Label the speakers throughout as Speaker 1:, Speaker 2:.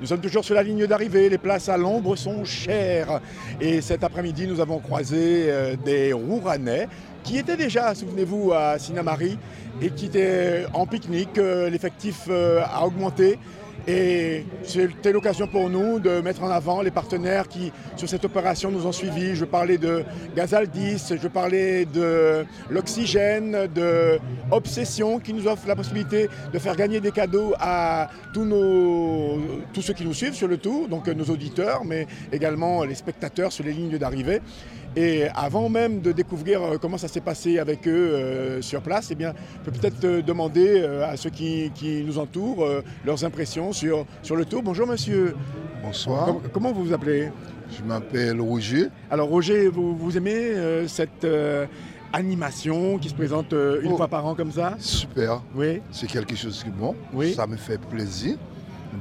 Speaker 1: Nous sommes toujours sur la ligne d'arrivée, les places à l'ombre sont chères. Et cet après-midi, nous avons croisé euh, des Rouranais qui étaient déjà, souvenez-vous, à Sinamari et qui étaient en pique-nique. Euh, L'effectif euh, a augmenté. Et c'était l'occasion pour nous de mettre en avant les partenaires qui, sur cette opération, nous ont suivis. Je parlais de Gazaldis, je parlais de l'oxygène, de Obsession, qui nous offre la possibilité de faire gagner des cadeaux à tous, nos, tous ceux qui nous suivent sur le tour, donc euh, nos auditeurs, mais également les spectateurs sur les lignes d'arrivée. Et avant même de découvrir euh, comment ça s'est passé avec eux euh, sur place, eh bien, je peux peut-être euh, demander euh, à ceux qui, qui nous entourent euh, leurs impressions sur, sur le tour. Bonjour monsieur,
Speaker 2: Bonsoir,
Speaker 1: Com- comment vous vous appelez
Speaker 2: je m'appelle Roger.
Speaker 1: Alors Roger, vous, vous aimez euh, cette euh, animation qui se présente euh, une
Speaker 2: Oh.
Speaker 1: fois par an comme ça
Speaker 2: Super,
Speaker 1: Oui,
Speaker 2: c'est quelque chose qui est bon.
Speaker 1: Oui.
Speaker 2: Ça me fait plaisir.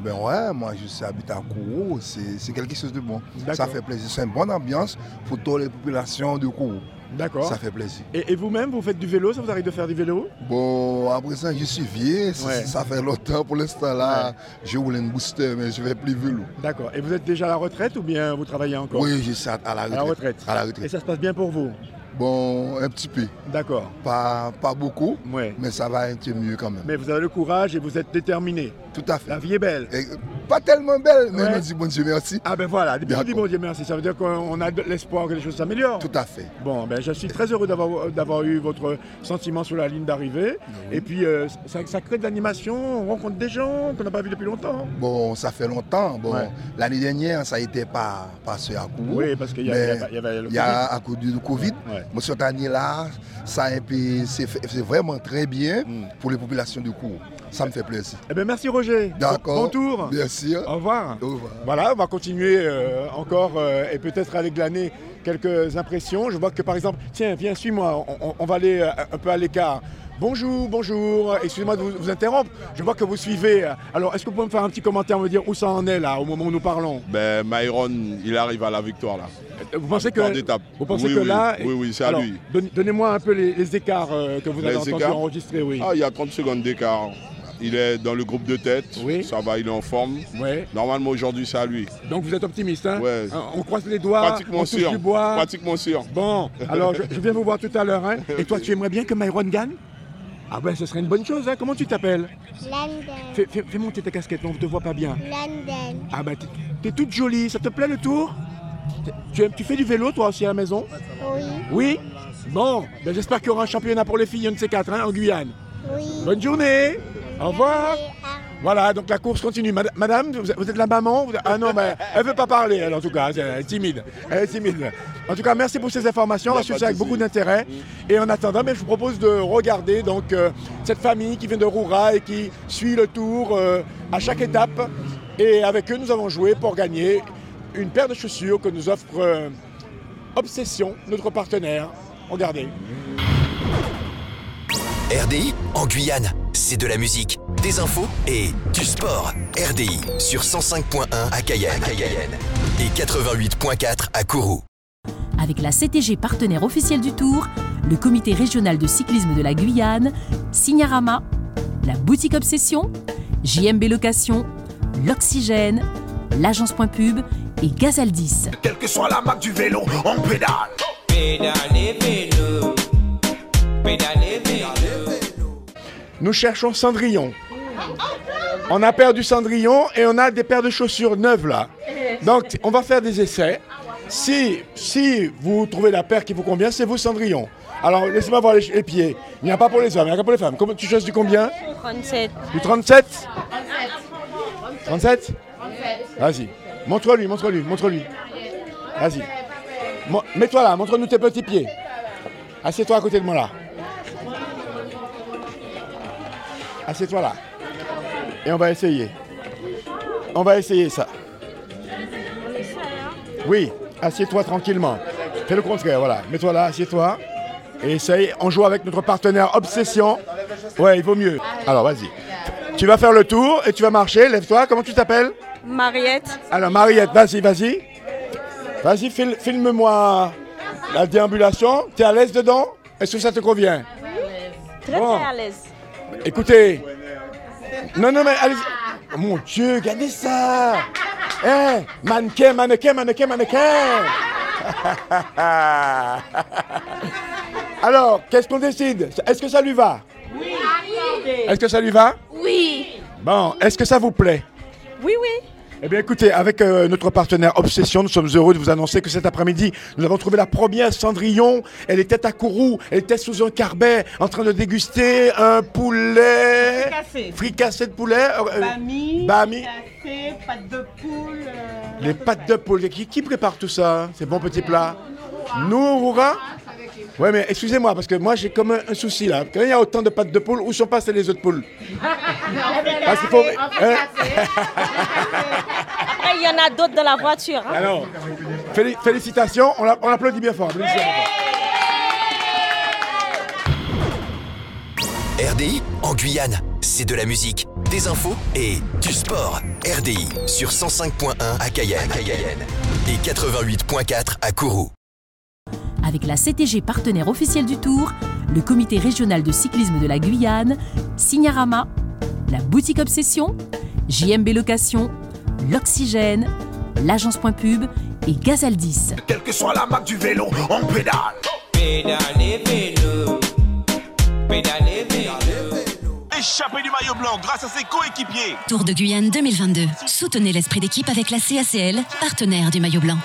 Speaker 2: Ben ouais, moi je suis habitant à Kourou, c'est c'est quelque chose de bon. Ça
Speaker 1: D'accord.
Speaker 2: fait plaisir, c'est une bonne ambiance pour toutes les populations de Kourou.
Speaker 1: d'accord.
Speaker 2: Ça fait plaisir.
Speaker 1: Et, et vous-même, vous faites du vélo Ça vous arrive de faire du vélo
Speaker 2: Bon, à présent je suis vieux, ça-
Speaker 1: Ouais.
Speaker 2: ça fait longtemps pour l'instant là. Je roule un booster, mais je vais plus vélo.
Speaker 1: D'accord. Et vous êtes déjà à la retraite ou bien vous travaillez encore
Speaker 2: Oui, je suis à à la
Speaker 1: À la
Speaker 2: retraite.
Speaker 1: retraite.
Speaker 2: À la
Speaker 1: Et
Speaker 2: retraite.
Speaker 1: ça se passe bien pour vous
Speaker 2: Bon, un petit peu,
Speaker 1: D'accord.
Speaker 2: pas, pas beaucoup,
Speaker 1: Ouais.
Speaker 2: mais ça va être mieux quand même.
Speaker 1: Mais vous avez le courage et vous êtes déterminé.
Speaker 2: Tout à fait.
Speaker 1: La vie est belle.
Speaker 2: Et, euh, pas tellement belle, mais
Speaker 1: Ouais.
Speaker 2: on dit bon Dieu merci.
Speaker 1: Ah ben voilà, depuis
Speaker 2: Bien
Speaker 1: on dit bon Dieu merci, ça veut dire qu'on a de l'espoir que les choses s'améliorent.
Speaker 2: Tout à fait.
Speaker 1: Bon, ben je suis très heureux d'avoir d'avoir eu votre sentiment sur la ligne d'arrivée.
Speaker 2: Oui.
Speaker 1: Et puis, euh, ça, ça crée de l'animation, on rencontre des gens qu'on n'a pas vus depuis longtemps.
Speaker 2: Bon, ça fait longtemps. Bon,
Speaker 1: Ouais.
Speaker 2: l'année dernière, ça a été pas passé à coup.
Speaker 1: Oui, parce qu'il y, a-
Speaker 2: Mais
Speaker 1: il y a- il y avait le
Speaker 2: Il y a à cause du Covid.
Speaker 1: Covid. Ouais.
Speaker 2: Mais cette année-là, ça a été- c'est fait- c'est vraiment très bien
Speaker 1: Mm.
Speaker 2: pour les populations du cours. Ça me fait plaisir.
Speaker 1: Eh ben merci Roger.
Speaker 2: D'accord.
Speaker 1: Bon tour.
Speaker 2: Bien sûr.
Speaker 1: Au revoir.
Speaker 2: Au revoir.
Speaker 1: Voilà, on va continuer euh, encore euh, et peut-être avec l'année quelques impressions. Je vois que par exemple, tiens, viens, suis-moi, on, on- on va aller euh, un peu à l'écart. Bonjour, bonjour, excusez-moi de vous, vous interrompre, je vois que vous suivez. Alors, est-ce que vous pouvez me faire un petit commentaire, me dire où ça en est là, au moment où nous parlons
Speaker 3: Ben, Myron, il arrive à la victoire là.
Speaker 1: Euh, Vous pensez que,
Speaker 3: Victoire d'étape.
Speaker 1: vous pensez
Speaker 3: Ah, Oui,
Speaker 1: que
Speaker 3: oui.
Speaker 1: là.
Speaker 3: Oui, oui, c'est à
Speaker 1: Alors,
Speaker 3: lui.
Speaker 1: don- Donnez-moi un peu les, les écarts euh, que vous
Speaker 3: Les
Speaker 1: avez entendu
Speaker 3: écarts
Speaker 1: enregistrer, oui.
Speaker 3: Ah, il y a 30 secondes d'écart. Il est dans le groupe de tête.
Speaker 1: Oui.
Speaker 3: Ça va, il est en forme.
Speaker 1: Ouais.
Speaker 3: Normalement, aujourd'hui, c'est à lui.
Speaker 1: Donc vous êtes optimiste, hein
Speaker 3: Ouais.
Speaker 1: Hein, On croise les doigts, on
Speaker 3: Pratiquement
Speaker 1: touche
Speaker 3: sûr.
Speaker 1: du bois.
Speaker 3: Pratiquement sûr.
Speaker 1: Bon, alors je, je viens vous voir tout à l'heure. Hein. Et toi, tu aimerais bien que Myron gagne Ah ben, ce serait une bonne chose. Hein. Comment tu t'appelles
Speaker 4: London.
Speaker 1: fais, fais- fais monter ta casquette, on ne te voit pas bien.
Speaker 4: London.
Speaker 1: Ah ben, t'es- t'es toute jolie. Ça te plaît le tour T'es- tu, aimes- tu fais du vélo, toi aussi, à la maison
Speaker 4: Oui,
Speaker 1: Oui Bon, ben, j'espère qu'il y aura un championnat pour les filles, un de ces quatre, hein, en Guyane.
Speaker 4: oui.
Speaker 1: Bonne journée Au revoir voilà, donc la course continue. Mad- Madame, vous êtes- vous êtes la maman vous êtes- Ah non, mais elle veut pas parler, elle, en tout cas. Elle est timide. Elle est timide. En tout cas, merci pour ces informations. On
Speaker 3: Y a
Speaker 1: va suivre ça
Speaker 3: pas de
Speaker 1: avec
Speaker 3: souci.
Speaker 1: beaucoup d'intérêt. Et en attendant, mais je vous propose de regarder donc, euh, cette famille qui vient de Roura et qui suit le tour euh, à chaque étape. Et avec eux, nous avons joué pour gagner une paire de chaussures que nous offre euh, Obsession, notre partenaire. Regardez.
Speaker 5: RDI en Guyane, c'est de la musique, des infos et du sport. RDI sur 105.1 à Cayenne, et 88.4 à Kourou.
Speaker 6: avec la CTG partenaire officielle du Tour, le comité régional de cyclisme de la Guyane, Signarama, la boutique Obsession, JMB Location, l'Oxygène, l'agence Point Pub et Gazaldis.
Speaker 7: Quelle que soit la marque du vélo, on pédale.
Speaker 8: Pédalez vélo, pédalez vélo.
Speaker 1: Nous cherchons Cendrillon. On a perdu Cendrillon et on a des paires de chaussures neuves là. Donc on va faire des essais. Si, si vous trouvez la paire qui vous convient, c'est vous Cendrillon. Alors laissez-moi voir les, les pieds. Il n'y en a pas pour les hommes, il n'y en a que pour les femmes. Comment- tu choisis du combien
Speaker 9: 37.
Speaker 1: Du 37 37 Vas-y. Montre-lui, montre-lui, montre-lui. Vas-y. Mon- Mets-toi là, montre-nous tes petits pieds. Assieds-toi à côté de moi là. Assieds-toi là. Et on va essayer. On va essayer ça. Oui, assieds-toi tranquillement. Fais le contraire, voilà. Mets-toi là, assieds-toi. Et essaye, on joue avec notre partenaire Obsession. Ouais, il vaut mieux. Alors vas-y. Tu vas faire le tour et tu vas marcher. Lève-toi, comment tu t'appelles
Speaker 9: Mariette,
Speaker 1: Alors Mariette, vas-y, vas-y. Vas-y, fil- filme-moi la déambulation. T'es à l'aise dedans Est-ce que ça te convient
Speaker 9: très
Speaker 1: Bon.
Speaker 9: très à l'aise.
Speaker 1: Écoutez. Non, non, mais allez Mon Dieu, regardez ça Hein Mannequin, mannequin, mannequin, mannequin Alors, qu'est-ce qu'on décide Est-ce que ça lui va Oui Est-ce que ça lui va Oui Bon, est-ce que ça vous plaît
Speaker 9: Oui, oui.
Speaker 1: eh bien écoutez, avec euh, notre partenaire Obsession, nous sommes heureux de vous annoncer que cet après-midi, nous avons trouvé la première Cendrillon. Elle était à Kourou, elle était sous un carbet en train de déguster un poulet...
Speaker 9: Fricassé.
Speaker 1: Fricassé de poulet. euh, euh,
Speaker 9: Bami,
Speaker 1: Bami.
Speaker 9: café, pâtes de poule. euh,
Speaker 1: Les pâtes de poulet, qui, qui prépare tout ça hein, Ces bons petits plats Nouroura Ouais, mais excusez-moi, parce que moi j'ai comme un, un souci là. Quand il y a autant de pâtes de poule, où sont passées les autres poules Parce qu'il faut. hein
Speaker 9: Après, il y en a d'autres dans la voiture. hein.
Speaker 1: Alors, féli- félicitations, on, l'a- on applaudit bien fort. applaudissez bien fort.
Speaker 5: RDI en Guyane, c'est de la musique, des infos et du sport. RDI sur 105.1 à Cayenne, Cayenne et 88.4 à Kourou.
Speaker 6: Avec la CTG partenaire officielle du Tour, le comité régional de cyclisme de la Guyane, Signarama, la boutique Obsession, JMB Location, l'Oxygène, l'agence Point Pub et Gazaldis.
Speaker 7: Quelle que soit la marque du vélo, on pédale.
Speaker 8: pédalez vélo, pédalez vélo.
Speaker 7: Échappé du maillot blanc grâce à ses coéquipiers.
Speaker 10: Tour de Guyane 2022. Soutenez l'esprit d'équipe avec la CACL, partenaire du maillot blanc.